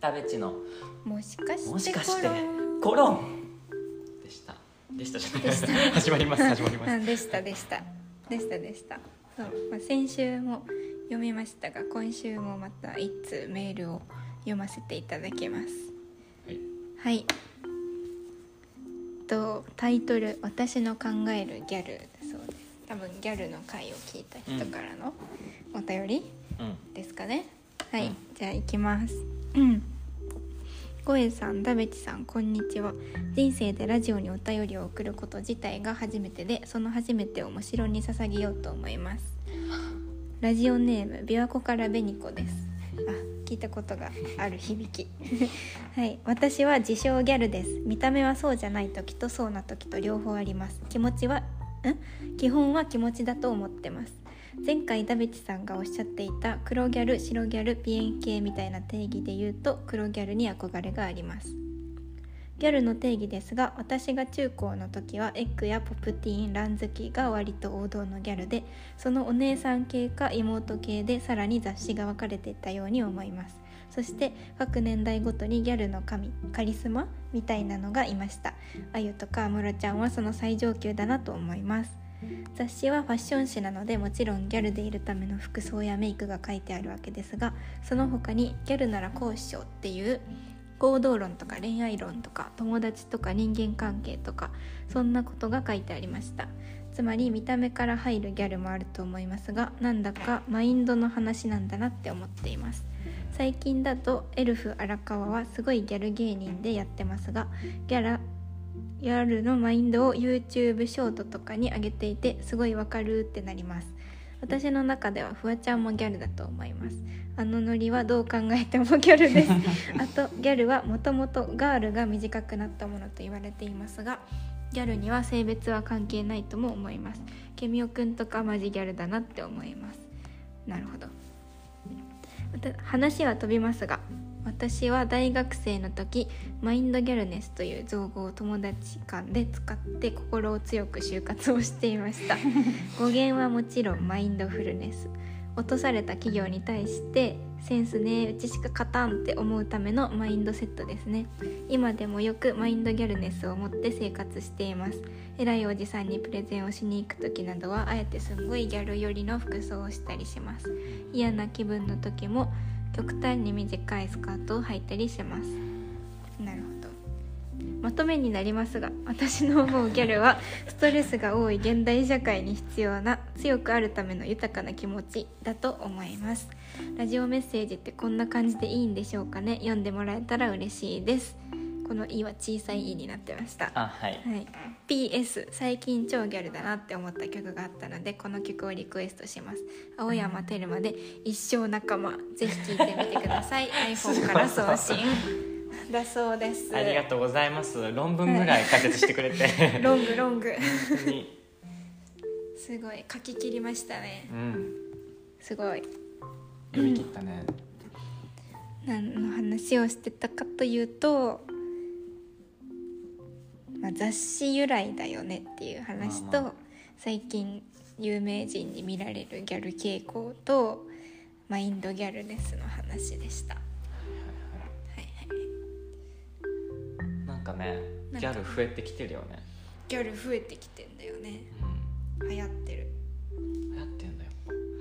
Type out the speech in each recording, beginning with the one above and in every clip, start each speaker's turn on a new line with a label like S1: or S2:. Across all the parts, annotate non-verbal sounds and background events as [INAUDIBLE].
S1: ダベチの
S2: もしかして
S1: もしかして
S2: コロン
S1: コロンでしたでしたじゃない
S2: でした
S1: [LAUGHS] 始まります始まりま
S2: う
S1: す
S2: んでしたでしたでしたでしたそう、まあ、先週も読みましたが今週もまた一通メールを読ませていただきます
S1: はい
S2: はいとタイトル「私の考えるギャル」だそうです多分ギャルの回を聞いた人からのお便り
S1: うん
S2: ですかねはい、
S1: うん
S2: じゃあ行きますうんゴエさんダベチさんこんにちは人生でラジオにお便りを送ること自体が初めてでその初めてをむしろに捧げようと思いますラジオネーム琵琶湖から紅子ですあ聞いたことがある響き [LAUGHS] はい私は自称ギャルです見た目はそうじゃない時とそうな時と両方あります気持ちはん基本は気持ちだと思ってます前回ダベチさんがおっしゃっていた黒ギャル白ギャルピエン系みたいな定義で言うと黒ギャルに憧れがありますギャルの定義ですが私が中高の時はエッグやポプティーンラン好きが割と王道のギャルでそのお姉さん系か妹系でさらに雑誌が分かれていたように思いますそして各年代ごとにギャルの神カリスマみたいなのがいましたあゆとか安室ちゃんはその最上級だなと思います雑誌はファッション誌なのでもちろんギャルでいるための服装やメイクが書いてあるわけですがその他にギャルならこうっしょっていう行動論とか恋愛論とか友達とか人間関係とかそんなことが書いてありましたつまり見た目から入るギャルもあると思いますがなんだかマインドの話なんだなって思っています最近だとエルフ荒川はすごいギャル芸人でやってますがギャラギャルのマインドを YouTube ショートとかに上げていてすごいわかるってなります私の中ではフワちゃんもギャルだと思いますあのノリはどう考えてもギャルですあとギャルはもともとガールが短くなったものと言われていますがギャルには性別は関係ないとも思いますケミオくんとかマジギャルだなって思いますなるほどまた話は飛びますが私は大学生の時マインドギャルネスという造語を友達間で使って心を強く就活をしていました語源はもちろんマインドフルネス落とされた企業に対してセンスねうちしか勝たんって思うためのマインドセットですね今でもよくマインドギャルネスを持って生活しています偉いおじさんにプレゼンをしに行く時などはあえてすんごいギャル寄りの服装をしたりします嫌な気分の時も極端に短いスカートを履いたりしますなるほどまとめになりますが私の思うギャルはストレスが多い現代社会に必要な強くあるための豊かな気持ちだと思いますラジオメッセージってこんな感じでいいんでしょうかね読んでもらえたら嬉しいですこの「い」は小さい「い」になってました
S1: あはい
S2: はい、PS 最近超ギャルだなって思った曲があったのでこの曲をリクエストします青山テルマで「一生仲間」ぜひ聴いてみてくだ
S1: [LAUGHS]
S2: さい iPhone から送信だそうです
S1: ありがとうございます論文ぐらい解説してくれて [LAUGHS]
S2: ロングロング
S1: 本当に
S2: すごい書き切りましたね
S1: うん
S2: すごい
S1: 読み切ったね
S2: 何の話をしてたかというと、まあ、雑誌由来だよねっていう話と、
S1: まあまあ
S2: 最近有名人に見られるギャル傾向とマインドギャルネスの話でした。はいはい、
S1: なんかね
S2: なんか
S1: ギャル増えてきてるよね
S2: ギャル増えてきてんだよね
S1: う
S2: 流行ってる
S1: ん流行ってんだよ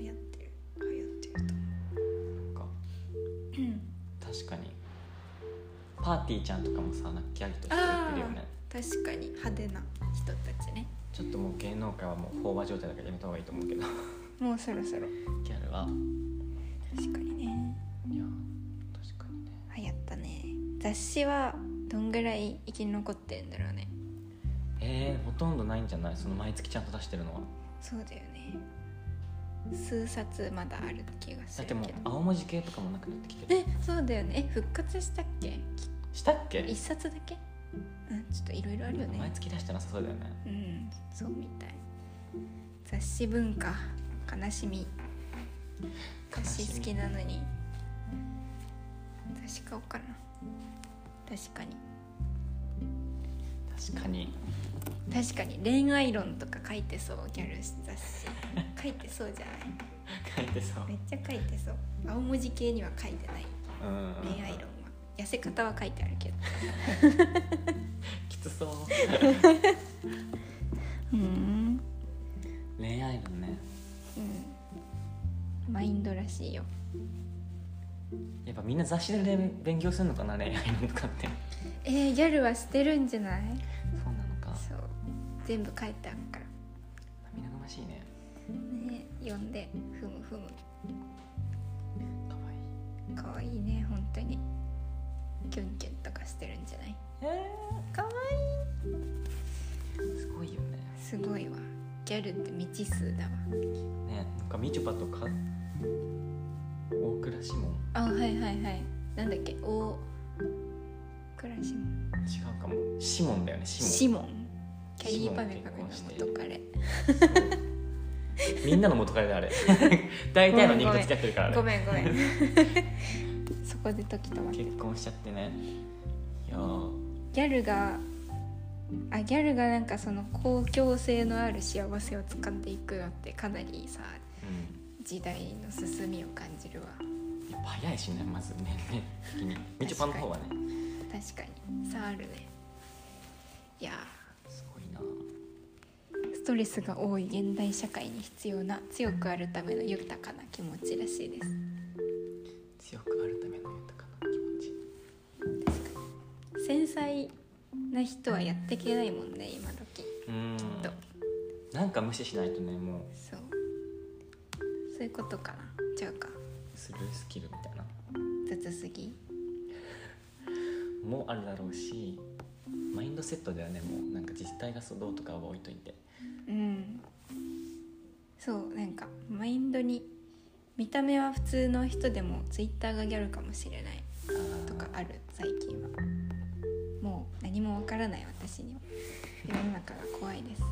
S2: 流行ってる流行ってると
S1: なんか確かにパーティーちゃんとかもさなんかギャルとして言ってるよね
S2: 確かに派手な人たちね
S1: ちょっともう芸能界はもう飽和状態だからやめた方がいいと思
S2: [LAUGHS]
S1: うけど
S2: もうそろそろ
S1: ギャルは
S2: 確かにね
S1: いや確かにね
S2: 流行ったね雑誌はどんぐらい生き残ってんだろうね
S1: えー、ほとんどないんじゃないその毎月ちゃんと出してるのは
S2: そうだよね数冊まだある気がす
S1: だっ
S2: る
S1: て
S2: けど
S1: もう青文字系とかもなくなってきてる
S2: えそうだよねえ復活したっけ
S1: したっけ
S2: 一冊だけうんちょっといろいろあるよ
S1: 毎
S2: ね
S1: 月出してなさそうだよね
S2: うんそうみたい雑誌文化悲しみ雑誌好きなのに雑誌買おうかな確かに
S1: 確かに
S2: 確かに恋愛論とか書いてそうギャル雑誌書いてそうじゃない
S1: 書いてそう
S2: めっちゃ書いてそう青文字系には書いてない
S1: うん
S2: 恋愛論は痩せ方は書いてあるけど
S1: きつそう
S2: うん
S1: 恋愛論ね
S2: マインドらしいよ
S1: やっぱみんな雑誌でれん勉強するのかな恋愛論とかって
S2: えー、ギャルはしてるんじゃない
S1: そうなのか
S2: そう全部書いてあるから
S1: 涙ぐましいね
S2: ね読んでふむふむ
S1: かわいい
S2: かわいいね本当にキュンキュンとかしてるんじゃない
S1: え
S2: かわい
S1: ー、すごいよね
S2: いすごいわギャルって未知数だわ
S1: ねなんかみちょぱとか大倉士門
S2: あはいはいはいなんだっけ大倉シモン
S1: 違うかもシモンだよねシモン
S2: シモンキャリーパミュパミュの
S1: シモン結婚して
S2: 元カレ
S1: みんなの元彼で [LAUGHS] あれ大体の人間付き合ってるからあれ
S2: ごめんごめん
S1: [LAUGHS]
S2: そこで時止まって
S1: 結婚しちゃってねいやー
S2: ギャルがあギャルがなんかその公共性のある幸せを掴んでいくのってかなりさ
S1: うん
S2: 時代の進みを感じるわ
S1: やっぱ早いしねまず年齢的にみちょぱの方はね
S2: 確かにさあるねいや
S1: すごいな
S2: ーストレスが多い現代社会に必要な強くあるための豊かな気持ちらしいです
S1: 強くあるための豊かな気持ち
S2: 繊細な人はやっていけないもんね今時
S1: うん
S2: と
S1: なんか無視しないとねもう
S2: そうそういうことかな違うか
S1: するスキルみたいな
S2: 雑すぎ
S1: もあるだろうしマインドセットではねもうなんか実態がそうどうとかは置いといて
S2: うんそうなんかマインドに見た目は普通の人でもツイッターがギャルかもしれない
S1: あー
S2: とかある最近はもう何もわからない私には世の中が怖いです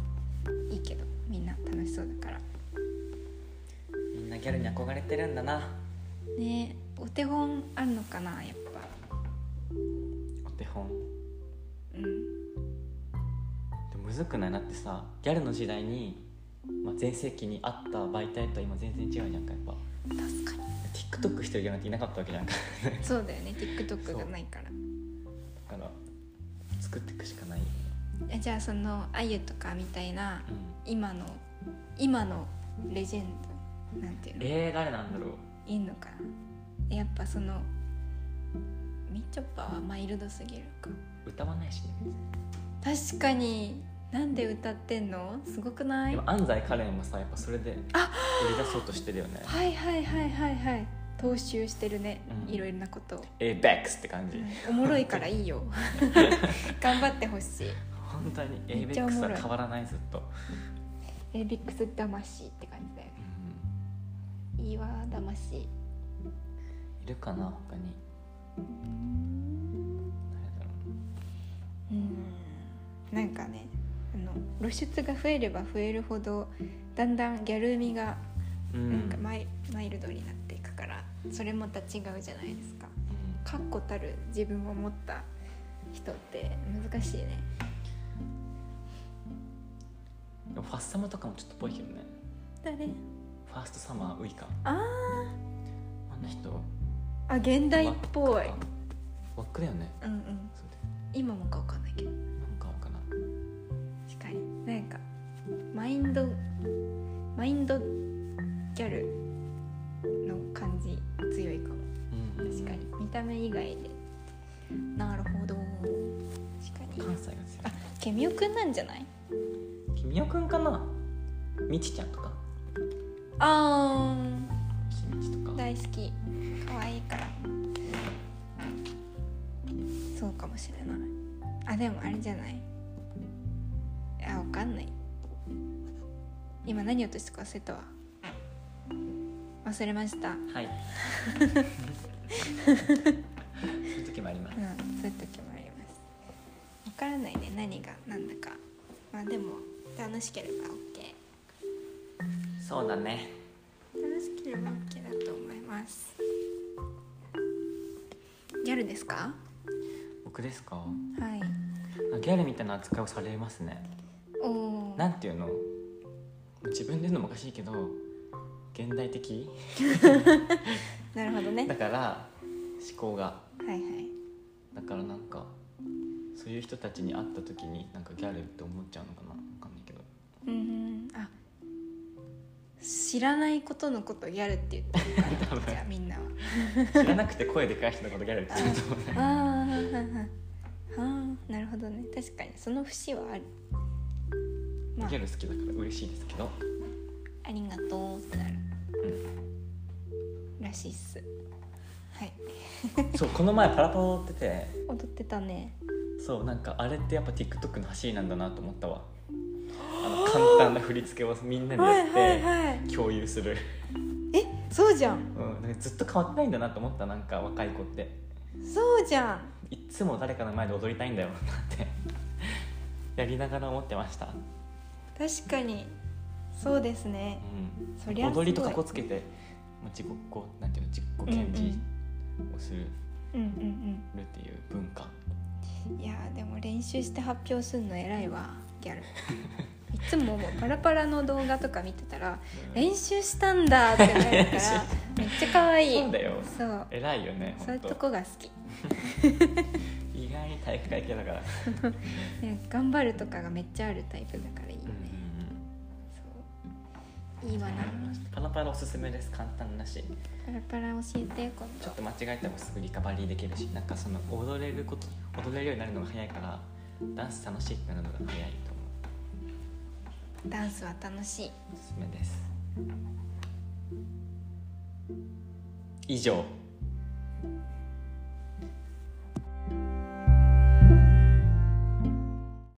S2: いいけどみんな楽しそうだから
S1: みんなギャルに憧れてるんだな
S2: ねえお手本あるのかなやっぱ
S1: お手本
S2: うん
S1: でもむずくないなってさギャルの時代に、まあ、前世紀にあった媒体とは今全然違うじゃんかやっぱ
S2: 確か [LAUGHS]
S1: TikTok してるギャルなんていなかったわけじゃんか
S2: にそうだよね TikTok がないから
S1: だから作っていくしかない
S2: えじゃあそのあゆとかみたいな
S1: うん
S2: 今の今のレジェンドなんていうの
S1: えー、誰なんだろう
S2: いんのかなやっぱそのみちょぱはマイルドすぎるか
S1: 歌わないしね
S2: 確かになんで歌ってんのすごくない
S1: で
S2: は
S1: も安西カレンもさやっぱそれで売り出そうとしてるよね
S2: いはいはいはいはい踏襲してるね、
S1: うん
S2: いろいろなことを、
S1: エイベックスって感じ、
S2: おもろいからいい
S1: [LAUGHS]
S2: よ頑張ってほしい
S1: 本当にエ
S2: め
S1: イ
S2: っ
S1: ベ
S2: ち
S1: ッ
S2: ゃお
S1: クス
S2: も
S1: は
S2: ろい
S1: 変わらないずっと、
S2: エビックス魂って感じだよね
S1: うん
S2: いいわ魂
S1: いるかな他に誰だろ
S2: うんなんかねあの露出が増えれば増えるほどだんだんギャル味が
S1: ううん
S2: なんかマイ,、マイルドになっていくからそれまた違うじゃないですか
S1: うん
S2: 確固たる自分を持った人って難しいね
S1: でもファッサマとかもちょっとぽいけどね
S2: 誰
S1: ファーストサマーウイカ
S2: あ
S1: あの人
S2: ーあ現代っぽい
S1: ワックかワックだよね
S2: うんうん
S1: そう
S2: 今もかわかんないけど
S1: だよなんかわかな
S2: 確かになんかマインドマインドギャルの感じ強いかも
S1: うん
S2: 確かに見た目以外でなるほど確か
S1: 関
S2: に
S1: 西が強
S2: あケミオくんなんじゃない
S1: い君代くんかなみちちゃんとか
S2: あ
S1: しみちとか
S2: 大好き可愛いからそうかもしれないあでもあれじゃないあわかんない今何をとしてか忘れたわ忘れましたうん [LAUGHS]
S1: はいそういう時もあります
S2: そういう時もありますわからないね何が何だかまあでも楽しければ OK
S1: そうだね
S2: 楽しければ OK だと思いますギャルですか
S1: 僕ですか
S2: はい
S1: あギャルみたいな扱いをされますね
S2: おお
S1: なんていうの自分で言うのもおかしいけど現代的
S2: なるほどね
S1: だから思考が
S2: はいはい
S1: だからなんかそういう人たちに会った時になんかギャルって思っちゃうのかなわかんないけど
S2: うんあ知らないことのことギャルって言 [LAUGHS] ってる
S1: 多
S2: か
S1: 分
S2: らじゃあみんなは
S1: 知らなくて声でかい人のことギャルって言うと
S2: [LAUGHS]
S1: 思うね
S2: あー [LAUGHS] あーなるほどね確かにその節はあるまあ
S1: ギャル好きだから嬉しいですけど、
S2: ありがとうってなる
S1: う
S2: らしいっすはい
S1: ん、そうこの前パラパラ踊ってて
S2: 踊ってたね
S1: そうなんかあれってやっぱ TikTok の走りなんだなと思ったわあ
S2: [LAUGHS]
S1: の簡単な振り付けをみんなでやって
S2: はい
S1: 共有する、
S2: えそうじゃん
S1: うん、なんかずっと変わってないんだなと思ったなんか若い子って
S2: そうじゃん
S1: いっつも誰かの前で踊りたいんだよなってやりながら思ってました、
S2: 確かにそうですね
S1: うん、
S2: そりゃすごい
S1: 踊りとかこつけてまあ自己こうなんていうの自己顕示をする
S2: うんうん
S1: っていう文化、
S2: うんいやーでも練習して発表するの偉いわギャル [LAUGHS] いつももうパラパラの動画とか見てたら練習したんだってなるか
S1: [LAUGHS]
S2: らめっ
S1: 練習
S2: ちゃ可愛い
S1: そうだよ
S2: そう
S1: 偉いよね
S2: そうい
S1: 本
S2: うと
S1: 当
S2: こが好き
S1: 意外に体育会系だから、
S2: ね頑張るとかがめっちゃあるタイプだからいいよね、そういいわな
S1: パラパラおすすめです簡単だし
S2: パラパラ教えて今
S1: ちょっと間違えてもすぐリカバリーできるしなんかその踊れること踊れるようになるのが早いからダンス楽しいってなるのが早いと思う
S2: 度ダンスは楽しい
S1: おすすめです以上